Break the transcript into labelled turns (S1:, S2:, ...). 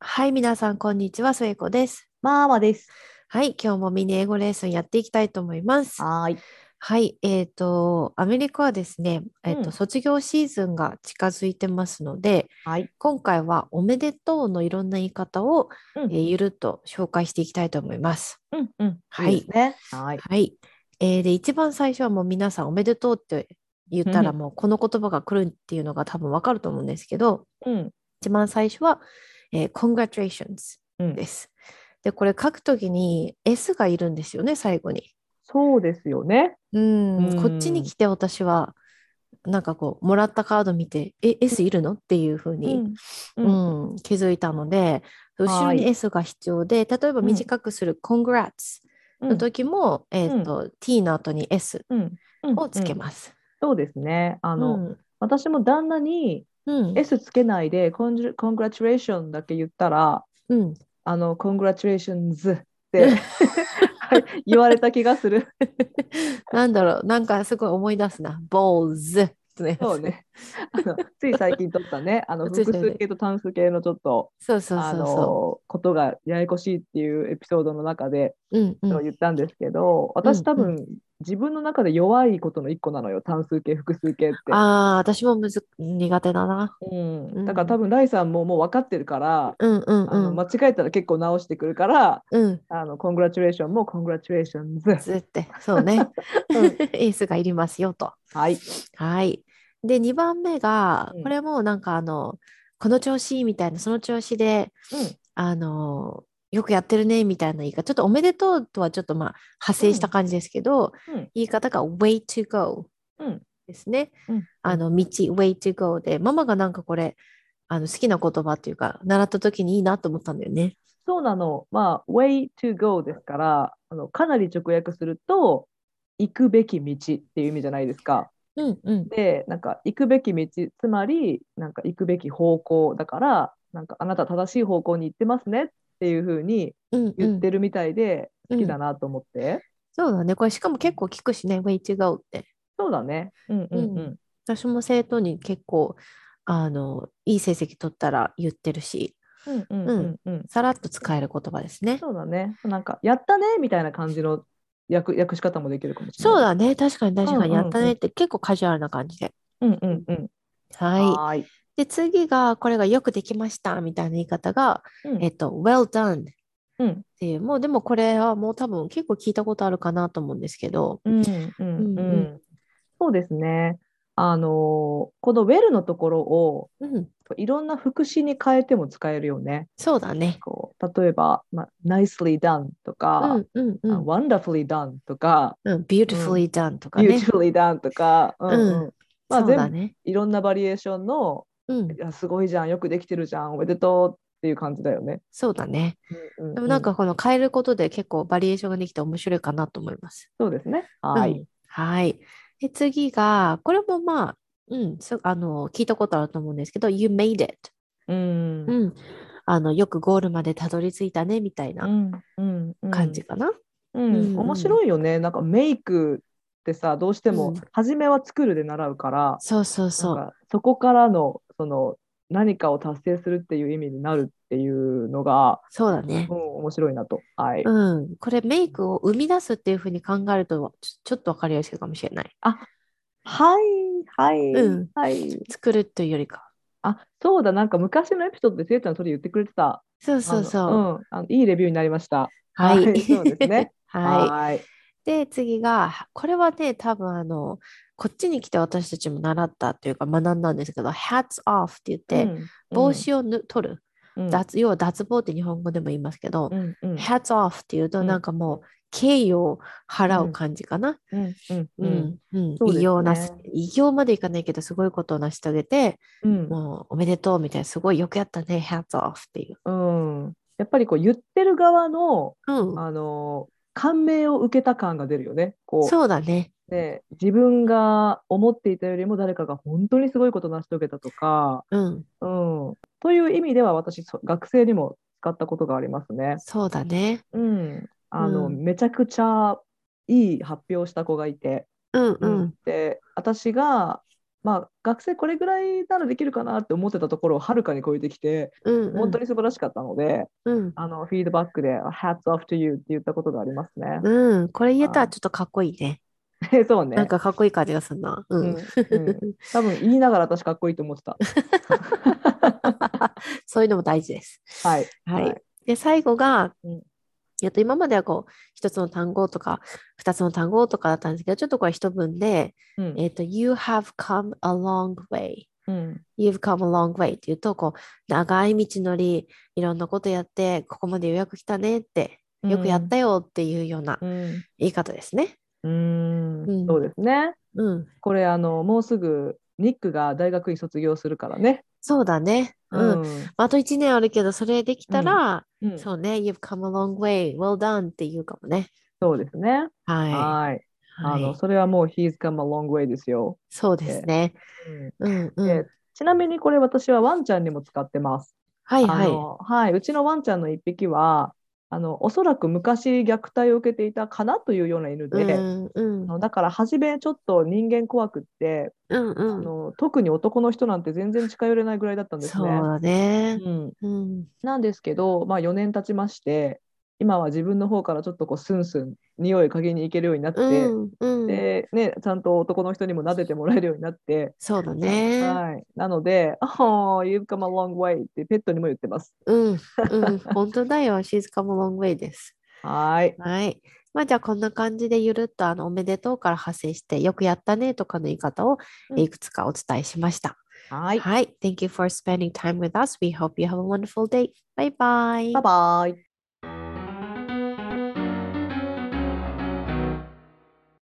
S1: はい、皆さん、こんにちは、末子です。
S2: マーマです。
S1: はい、今日もミニ英語レッスンやっていきたいと思います。
S2: はーい。
S1: はい、えっ、と、アメリカはですね、えっ、と、
S2: うん
S1: 卒業シーズンが近づいてますので、
S2: はい。
S1: 今回はおめでとうのいろんな言い方を、
S2: う
S1: えーゆるっと紹介していきたいと思います。
S2: うんうん。
S1: はい
S2: いですね。はい。
S1: はい、えーで、一番最初はもう皆さんおめでとうって言ったら
S2: う
S1: もうこの言葉が来るっていうのが多分わかると思うんですけど、
S2: うん。
S1: 一番最初は、えー Congratulations
S2: うん
S1: です。で、これ書くときに S がいるんですよね、最後に。
S2: そうですよね。
S1: うん
S2: うん
S1: こっちに来て私は、なんかこう、もらったカード見て、え、S いるのっていうふうに、
S2: う。
S1: うんん気づいたので、後ろ
S2: は
S1: に
S2: い
S1: S が必要で、例えば
S2: うん
S1: 短くする Congrats
S2: うん
S1: の時も、えっ、と、T の後に S
S2: うん。
S1: をつけ
S2: す。
S1: ます。
S2: そうですね。あ
S1: あ
S2: の、私も旦那に
S1: うん、うん、
S2: S つけないで、コンジュコングラチュレーションだけ言ったら、
S1: うん、
S2: あの、コングラチュレーションズ って、はい言われた気がする。
S1: なんだろう、なんかすごい思い出すな。Balls ね。
S2: そうね。あのつい最近取ったね、あの
S1: つい
S2: 複
S1: 最近
S2: 数形と単数形のちょっと、
S1: そうそう
S2: あ
S1: そうそ
S2: の、ことがややこしいっていうエピソードの中で、
S1: う。うんうん
S2: のを言ったんですけど、私多分、自分の中で弱いことの一個なのよ単数形複数形って、
S1: ああ、私もむず苦手だな。
S2: う
S1: うん
S2: ん、だから多分ライさんももう分かってるから、
S1: うんうん
S2: あの
S1: うん。
S2: 間違えたら結構直してくるから
S1: うん、
S2: 「あのコングラチュレーション」も「コングラチュレーションズ
S1: ずって、そうね。
S2: うん
S1: エースがいりますよと。」
S2: はい
S1: はい。で、2番目が
S2: う、ん
S1: これもなんかあの、この調子みたいな、その調子で、
S2: う
S1: あの、よくやってるねみたいな言い方、ちょっとおめでとうとはちょっとまあ派生した感じですけど、
S2: んうん
S1: 言い方が way to go
S2: うん
S1: ですね。
S2: うん
S1: あの道 way to go で、ママがなんかこれ、あの好きな言葉っていうか、習った時にいいなと思ったんだよね。
S2: そうなのまあ「way to go」ですからあのかなり直訳すると「行くべき道」っていう意味じゃないですか。
S1: うんうん。
S2: でなんか行くべき道つまりなんか行くべき方向だからなんかあなた正しい方向に行ってますねっていう風に
S1: うんう
S2: 言っ
S1: ん
S2: てるみたいで
S1: う
S2: 好
S1: ん
S2: きだなと思って、
S1: そうだね。これしかも結構聞くしね、way to go って。
S2: そうだねうんうんうん、
S1: 私も生徒に結構、あの、いい成績取ったら言ってるし、
S2: うんうんうんうん
S1: さらっと使える言葉ですね。
S2: そうだねなんかやったねみたいな感じの訳訳し方もできるかもしれない
S1: そうだね。確かに確かに
S2: うんうんう
S1: や
S2: ん
S1: ったねって結構カジュアルな感じで。
S2: うんうんうん
S1: はい。
S2: ーい
S1: で、次が、これがよくできましたみたいな言い方が、
S2: うん
S1: えっと、well done っ
S2: うん
S1: ていう、もうでもこれはもう多分結構聞いたことあるかなと思うんですけど、
S2: うんうん
S1: うん
S2: う
S1: うん
S2: そうですねあのーこのウェルのところを
S1: うん、
S2: いろんな副詞に変えても使えるよね。
S1: そうだね。
S2: こう例えば、まあ、nicely done とか、
S1: うんうんう
S2: あ
S1: ん
S2: wonderfully done とか、
S1: うん。beautifully done とかね。
S2: beautifully done とか、うんうん
S1: うん
S2: まあ、
S1: そうだ
S2: 全部
S1: ね。
S2: いろんなバリエーションの
S1: うん
S2: い。やすごいじゃんよくできてるじゃんおめでとうっていう感じだよね。
S1: そうだね。
S2: うん
S1: でもなんかこの変えることで結構バリエーションができて面白いかなと思います。
S2: そうですね。はい、
S1: うんはい。で、次が、これもまあ、うん、そあの、聞いたことあると思うんですけど、You made it。
S2: うんうん
S1: うん。あの、よくゴールまでたどり着いたね、みたいな
S2: うんうん
S1: 感じ、かな。
S2: うん
S1: うん
S2: 面白いよねなんかメイクってさどうして
S1: う
S2: も
S1: ん
S2: 初めは作るで習うから、
S1: そうそうそ
S2: なん
S1: う。
S2: かそこからのその何かを達成するっていう意味になるっていうのが、
S1: そうだね
S2: う。ん、面白いなと。はい、
S1: うん。これ、メイクを生み出すっていうふうに考えると、ちょちょっとわかりやすいかもしれない。
S2: はいはい、
S1: うん
S2: はい
S1: 作るというよりか。
S2: あそうだなんか昔のエピソードで生徒のそれ言ってくれてた。
S1: そうそうそう。
S2: あのうんあのいいレビューになりました。
S1: は。
S2: はいいそうですね。
S1: はい。
S2: はい
S1: で、次が、これはね、多分あの、こっちに来て私たちも習ったというか学んだんですけど、hats off って言って、
S2: うん
S1: 帽子をぬ取る、
S2: うん
S1: 脱、要は脱帽って日本語でも言いますけど、
S2: うんうん
S1: hats off っていうと、
S2: うん
S1: なんかもう、敬意を払ううん感じかな。
S2: うんうん
S1: う
S2: うん
S1: ん、うん、
S2: そうですね
S1: 偉業なす、偉業までいかないけど、すごいことを成し遂げて、
S2: うん
S1: もう、おめでとうみたいな、すごいよくやったね、hats off っていう。
S2: うんやっぱりこう言ってる側の、
S1: うん、
S2: あのー感銘を受けた感が出るよね。こ
S1: そうだね。
S2: うね自分が思っていたよりも誰かが本当にすごいことを成し遂げたとか、
S1: うん、
S2: うん、という意味では私そ学生にも使ったことがありますね。
S1: そうだね。
S2: うん、あの、
S1: うん
S2: めちゃくちゃいい発表をした子がいて、
S1: うん、うん、
S2: で私が、まあ、学生これぐらいならできるかなって思ってたところをはるかに超えてきて
S1: うん、
S2: 本当に素晴らしかったので、
S1: うん、
S2: あのフィードバックで「Hats off to you」って言ったことがありますね。
S1: うん、これ言えた
S2: は
S1: ら
S2: い
S1: ちょっとかっこいいね。
S2: そうね
S1: なんかかっこいい感じがするな。う
S2: うん
S1: ん。
S2: うん、多分言いながら私かっこいいと思ってた。
S1: そういうのも大事です。
S2: はい、
S1: はい。で、最後が
S2: うん、
S1: えっと、今まではこう、一つの単語とか、二つの単語とかだったんですけど、ちょっとこれ一文で、
S2: うん
S1: えっと、you have come a long way。
S2: うん、
S1: You've come a long way っていうと、こう、長い道のり、いろんなことやって、ここまでようやく来たねって、よくやったよっていうような
S2: うん。
S1: 言い方ですね。
S2: うん、
S1: うん
S2: そうですね。
S1: うん。
S2: これあのもうすぐニックが大学院卒業するからね。
S1: そうだね。うん。
S2: ん
S1: あと1年あるけど、それできたら、
S2: うん
S1: そうね、You've come a long way, well done って言うかもね。
S2: そうですね。
S1: はい。
S2: はい。あ
S1: は
S2: の
S1: い
S2: それはもう He's come a long way ですよ。
S1: そうですね。うんうん。
S2: でちなみにこれ私はワンちゃんにも使ってます。
S1: はい
S2: あ
S1: は
S2: のはい、うちのワンちゃんの一匹はあのおそらく昔虐待を受けていたかなというような犬
S1: い。
S2: で、
S1: うんうん
S2: あのだから初めちょっと人間怖くって、
S1: うん
S2: あ
S1: うん。
S2: の特に男の人なんて全然近寄れないぐらいだったんです
S1: そう
S2: ね。
S1: だね。
S2: うん、
S1: うん。
S2: なんですけど、まあ、4年経ちまして今は自分の方からちょっとこうスンスン匂い嗅ぎに行けるようになって、
S1: うんうん。
S2: でね、ちゃんと男の人にも撫でてもらえるようになって。
S1: そうだね。
S2: はい、なので「Oh, you've come a long way」ってペットにも言ってます。
S1: うんうん。本当だよ。She's come a long way です。
S2: はい
S1: はい。まあじゃあこんな感じでゆるっとあのおめでとうから派生してよくやったねとかの言い方を
S2: うん
S1: いくつかお伝えしました。
S2: はい。
S1: はい。Thank you for spending time with us. We hope you have a wonderful day. Bye bye.
S2: バイバイ。